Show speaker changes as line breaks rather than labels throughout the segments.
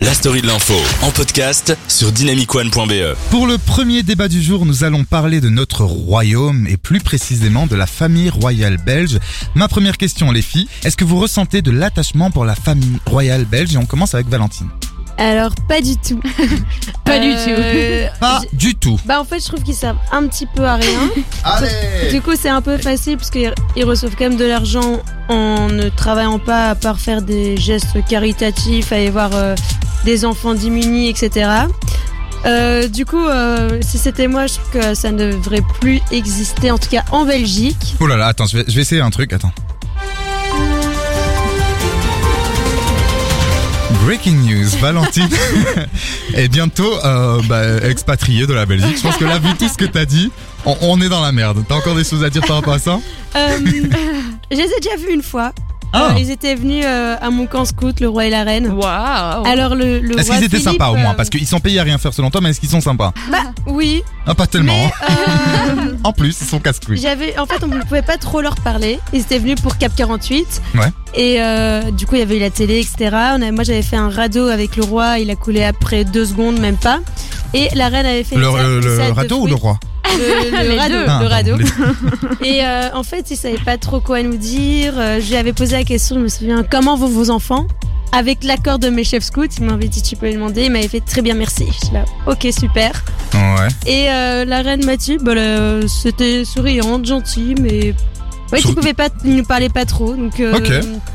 La story de l'info en podcast sur dynamicone.be.
Pour le premier débat du jour, nous allons parler de notre royaume et plus précisément de la famille royale belge. Ma première question, les filles, est-ce que vous ressentez de l'attachement pour la famille royale belge Et on commence avec Valentine.
Alors, pas du tout.
Pas du
Euh,
Pas
j-
du tout.
Bah, en fait, je trouve qu'ils servent un petit peu à rien.
Allez
du coup, c'est un peu facile parce qu'ils ils reçoivent quand même de l'argent en ne travaillant pas à part faire des gestes caritatifs, aller voir euh, des enfants démunis, etc. Euh, du coup, euh, si c'était moi, je trouve que ça ne devrait plus exister, en tout cas en Belgique.
Oh là là, attends, je vais, je vais essayer un truc, attends. Breaking news, Valentine est bientôt euh, bah, expatriée de la Belgique. Je pense que là, vu tout ce que t'as dit, on, on est dans la merde. T'as encore des choses à dire par rapport à ça
Euh, je les ai déjà vus une fois.
Ah.
Euh, ils étaient venus euh, à mon camp scout, le roi et la reine.
Waouh
Alors le, le
Est-ce
roi
qu'ils étaient
Philippe,
sympas au moins
euh,
Parce qu'ils sont payés à rien faire selon toi, mais est-ce qu'ils sont sympas
bah oui.
Ah, pas tellement.
Mais,
hein.
euh,
En plus, ils sont casse-couilles.
J'avais, en fait, on ne pouvait pas trop leur parler. Ils étaient venus pour Cap 48.
Ouais.
Et euh, du coup, il y avait eu la télé, etc. On a- moi, j'avais fait un radeau avec le roi. Il a coulé après deux secondes, même pas. Et la reine avait fait
Le,
euh, une
le-
salade-
le
salade de
radeau ou le
fruits.
roi
Le, le
Les
radeau.
deux.
Ah,
le radeau.
pardon, les-
Et euh, en fait, ils savaient pas trop quoi nous dire. Euh, je lui avais posé la question. Je me souviens comment vont vos enfants Avec l'accord de mes chefs scouts, ils m'avaient dit tu peux lui demander. Il m'avait fait très bien, merci. Je suis là, ok, super.
Ouais.
Et euh, la reine Mathilde, bah, là, c'était souriante, gentille, mais. Ouais,
Sur-
tu pouvais pas, il nous parlait pas trop, donc. euh,
Ok.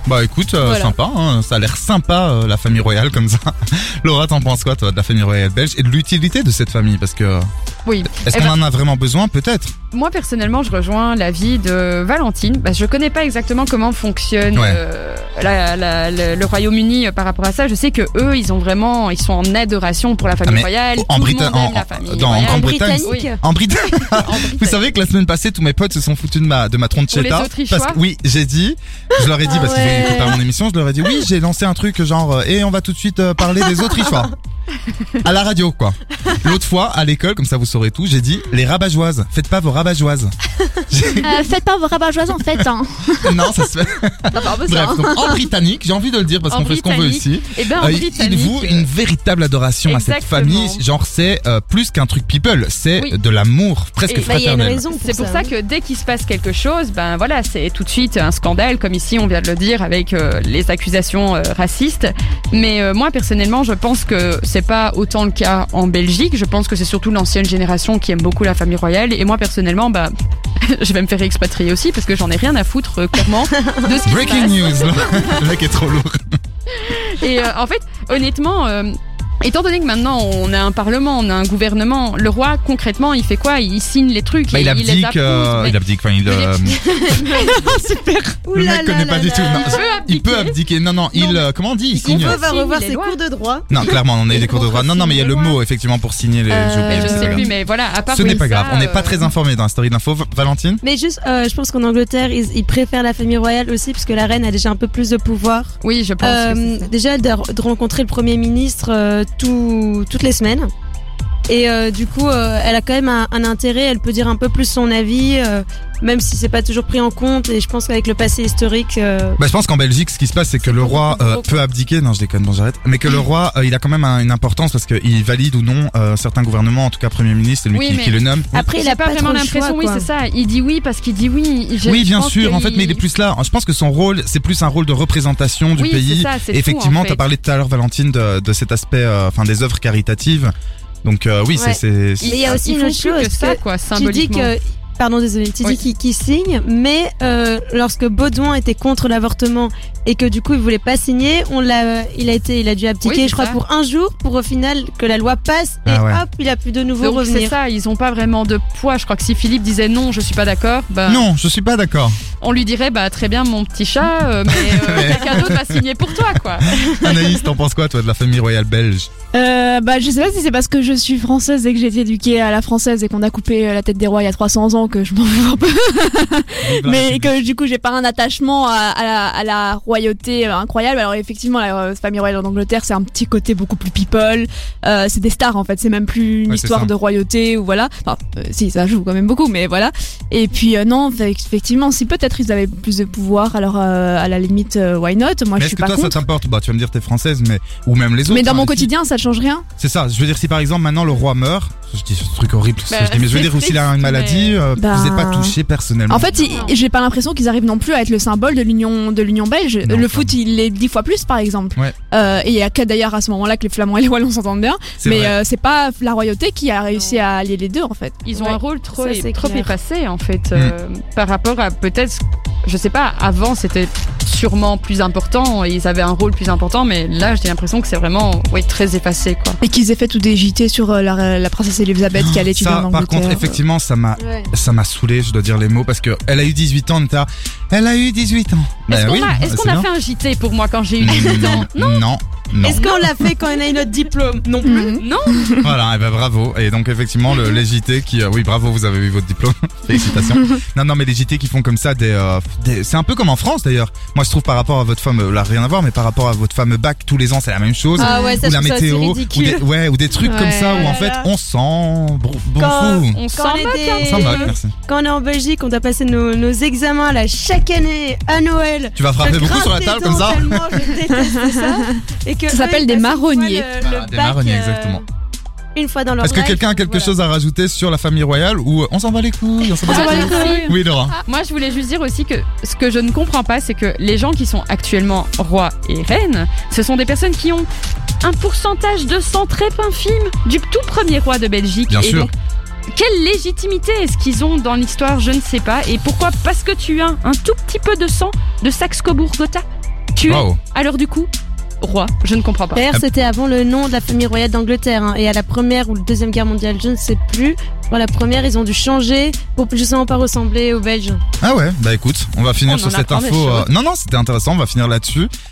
Bah écoute, euh,
Voilà.
sympa, hein. ça a l'air sympa euh, la famille royale comme ça. Laura, t'en penses quoi toi de la famille royale belge et de l'utilité de cette famille Parce que
Oui.
est-ce
Eh
qu'on
ben
en a vraiment besoin Peut-être.
Moi personnellement, je rejoins l'avis de Valentine. Bah, je connais pas exactement comment fonctionne
Ouais.
euh, la- la- le, le Royaume-Uni euh, par rapport à ça. Je sais que eux, ils ont vraiment, ils sont en adoration pour la famille
Ah, mais
royale.
en
Tout le
Bretagne-
monde aime
en-
la famille
dans- en
royale.
En
Grande-Bretagne,
britannique.
oui.
En Bretagne,
En Bretagne.
vous savez que la semaine passée, tous mes potes se sont foutus de ma de ma
Pour les
tronchetta.
Autrichois
Parce que oui, j'ai dit, je leur ai dit
Ah
parce qu'ils
ouais.
écoutaient pas mon émission, je leur ai dit oui, j'ai lancé un truc genre euh, et on va tout de suite euh, parler des Autrichois à la radio quoi. L'autre fois à l'école, comme ça vous saurez tout, j'ai dit les rabat-joises. Faites pas vos rabat-joises. J'ai-
Euh, faites pas vos rabat-joies en fait. Hein.
non, ça se fait.
Ah, Pas par besoin.
Bref, donc en britannique, j'ai envie de le dire parce
En
qu'on fait ce qu'on veut ici.
britannique. Eh ben, en
Euh, il
Britannique,
vous une véritable adoration à cette
Exactement.
famille. Genre, c'est euh, plus qu'un truc people, c'est
Oui.
de l'amour presque
Et-
Bah, il y a une
fraternel.
raison pour
C'est pour ça
hein.
que dès qu'il se passe quelque chose, ben voilà, c'est tout de suite un scandale, comme ici on vient de le dire avec euh, les accusations euh, racistes. Mais euh, moi personnellement, je pense que c'est pas autant le cas en Belgique. Je pense que c'est surtout l'ancienne génération qui aime beaucoup la famille royale. Et moi personnellement, bah, je vais me faire expatrier aussi parce que j'en ai rien à foutre euh, clairement de ce qui se
Breaking
passe.
news, là. le mec est trop lourd.
Et euh, en fait, honnêtement. euh, Étant donné que maintenant on a un parlement, on a un gouvernement, le roi concrètement il fait quoi Il signe les trucs,
Bah, il
les
abdique, euh,
approuve, mais
il abdique, enfin, il.
mais les-
euh,
Ah, Ouh
le
là
mec
là
connaît pas
là
du
là.
tout. Non,
il peut
il peut
abdiquer.
abdiquer. Non, non, il.
mais-
euh, comment on dit Il
On
signe.
peut va
Signe
revoir
les
ses
lois.
cours de droit.
Non, clairement, on a eu
Il
des cours de droit. Non, non, mais il y a le
contresigne les
mot, effectivement, pour signer les.
Euh,
j'ai oublié,
Mais je
c'est
sais
pas
plus,
grave.
mais voilà, à part
Ce n'est pas
ça,
grave, on n'est pas
euh,
très informé dans la story de l'info. Va- Valentine
Mais juste, euh, je pense qu'en Angleterre, ils, ils préfèrent la famille royale aussi, parce que la reine a déjà un peu plus de pouvoir.
Oui, je pense. que
Euh,
c'est ça.
déjà, de, re- de rencontrer le Premier ministre euh, tout- toutes les semaines. Et euh, du coup, euh, elle a quand même un, un intérêt, elle peut dire un peu plus son avis, euh, même si c'est pas toujours pris en compte. Et je pense qu'avec le passé historique, euh,
Bah, je pense qu'en Belgique, ce qui se passe, c'est que le roi
beaucoup,
euh,
beaucoup.
peut abdiquer. Non, je déconne, bon, j'arrête. Mais que le roi, euh, il a quand même un- une importance parce qu'il valide ou non euh, certains gouvernements, en tout cas premier ministre, c'est lui
Oui,
qui,
mais-
qui le nomme. Oui.
après, il
J'ai
a
pas,
pas,
vraiment
trop le
l'impression,
choix,
oui,
quoi.
c'est ça. Il dit oui parce qu'il dit oui. Je-
Oui,
je
bien
pense
sûr. En fait,
qu'il-
mais il est plus là. Je pense que son rôle, c'est plus un rôle de représentation du
Oui, c'est
pays.
ça, c'est tout,
Effectivement,
en
t'as
fait.
parlé tout à l'heure, Valentine, de, de cet aspect, euh, enfin, des œuvres caritatives. Donc euh, oui, c'est-
Ouais.
c'est c'est.
Mais il y a aussi
Ils
une
font
autre
plus
chose
que ça,
que
quoi,
Tu dis
symboliquement.
que, pardon, désolé, tu dis
Oui.
qu'il qu'il signe, mais euh, lorsque Baudouin était contre l'avortement et que du coup il voulait pas signer, on l'a, il a été, il a dû abdiquer,
Oui, c'est
je crois,
ça.
pour un jour, pour au final que la loi passe et
Ah ouais.
hop, il a pu de nouveau
Donc, c'est
revenir.
ça. Ils ont pas vraiment de poids. Je crois que si Philippe disait non, je suis pas d'accord, bah,
Non, je suis pas d'accord.
on lui dirait bah très bien mon petit chat, euh, mais euh, quelqu'un d'autre va signer pour toi, quoi.
Anaïs, t'en penses quoi, toi, de la famille royale belge
Euh, bah, je sais pas si c'est parce que je suis française et que j'ai été éduquée à la française et qu'on a coupé euh, la tête des rois il y a 300 ans évidemment que je m'en fous un peu.
Vive la
mais
République.
que du coup j'ai pas un attachement à, à la, à la royauté euh, incroyable. Alors effectivement la euh, famille royale en Angleterre c'est un petit côté beaucoup plus people, Euh, c'est des stars en fait, c'est même plus une
Ouais, c'est ça.
histoire de royauté ou voilà. Enfin euh, si ça joue quand même beaucoup mais voilà. Et puis euh, non fait- effectivement si peut-être ils avaient plus de pouvoir alors euh, à la limite euh, why not Moi
Mais
je
est-ce
suis
que
pas
toi ça
contre.
t'importe Bah tu vas me dire t'es française mais ou même les autres.
Mais dans
hein,
mon
les filles.
quotidien ça change rien.
C'est ça. Je veux dire si par exemple maintenant le roi meurt, je dis ce truc horrible, ce que
Bah,
je dis, mais je veux
c'est
dire aussi il a
triste,
une maladie, euh,
Bah.
vous n'êtes pas touché personnellement.
En fait, il- j'ai pas l'impression qu'ils arrivent non plus à être le symbole de l'union de l'union belge.
Non,
le
clairement.
foot, il est dix fois plus, par exemple.
Ouais.
Euh, et il y a que d'ailleurs à ce moment-là que les Flamands et les Wallons s'entendent bien.
c'est
Mais
vrai.
euh, c'est pas la royauté qui a réussi à allier les deux, en fait.
Ils ont
Ouais,
un rôle trop,
ça, c'est
trop
clair.
effacé en
Mm.
fait euh, par rapport à peut-être, je sais pas, avant c'était sûrement plus important et ils avaient un rôle plus important, mais là j'ai l'impression que c'est vraiment ouais, très effacé quoi.
Et qu'ils aient fait tout des JT sur euh, la, la princesse Elisabeth qui allait étudier en
Ah, ça,
Angleterre. euh,
par contre, effectivement, ça m'a,
Ouais.
ça m'a saoulé, je dois dire les mots, parce que elle a eu 18 ans, t'as, elle a eu 18 ans.
Est-ce
Bah
qu'on
oui,
a, est-ce
c'est
qu'on a
bien.
fait un JT pour moi quand j'ai eu 18 ans
Mm, Non, non, non.
Est-ce qu'on l'a fait quand on a eu notre diplôme Non plus.
Mhm.
Non
voilà, et ben bravo. Et donc effectivement, le, les JT qui, euh, oui, bravo, vous avez eu votre diplôme. Félicitations. Non, non, mais les JT qui font comme ça, des, euh, des- c'est un peu comme en France d'ailleurs. Moi, je trouve par rapport à votre fameux, là, rien à voir, mais par rapport à votre fameux bac tous les ans, c'est la même chose.
Ah ouais, ça,
ou
je
la
trouve ça assez
météo, ou
ridicule.
des, ouais, ou des trucs comme ça, où
Ouais.
en fait, on s'en, bon, bon
Quand-
fou.
On s'en
Quand on, est des-
On s'en moque, merci.
quand on est en Belgique, on doit passer nos, nos examens là chaque année à Noël.
Tu vas frapper
Je
beaucoup
grince
sur la
des
table
dents
comme ça
tellement je déteste ça. Et que
Ça
eux,
s'appelle
ils
des
passent une fois
marronniers.
le-
Voilà,
le
Bah, des marronniers,
bac, euh,
exactement.
Une fois dans leur
Est-ce que
life,
quelqu'un a quelque
voilà.
chose à rajouter sur la famille royale ou euh, on s'en va les couilles, on s'en bat les couilles Oui, Laura.
Moi, je voulais juste dire aussi que ce que je ne comprends pas, c'est que les gens qui sont actuellement rois et reines, ce sont des personnes qui ont un pourcentage de sang très infime du tout premier roi de Belgique.
Bien
Et
sûr.
donc, quelle légitimité est-ce qu'ils ont dans l'histoire Je ne sais pas. Et pourquoi Parce que tu as un tout petit peu de sang de Saxe-Cobourg-Gotha. Tu es,
Wow.
alors du coup, roi. Je ne comprends pas.
D'ailleurs, c'était avant le nom de la famille royale d'Angleterre. hein. et à la première ou la deuxième guerre mondiale, je ne sais plus. Pour la première, ils ont dû changer pour justement pas ressembler aux Belges.
Ah ouais, bah écoute, on va finir
On
sur
en
cette
apprend des
info. euh,
choses.
Non, non, c'était intéressant, on va finir là-dessus.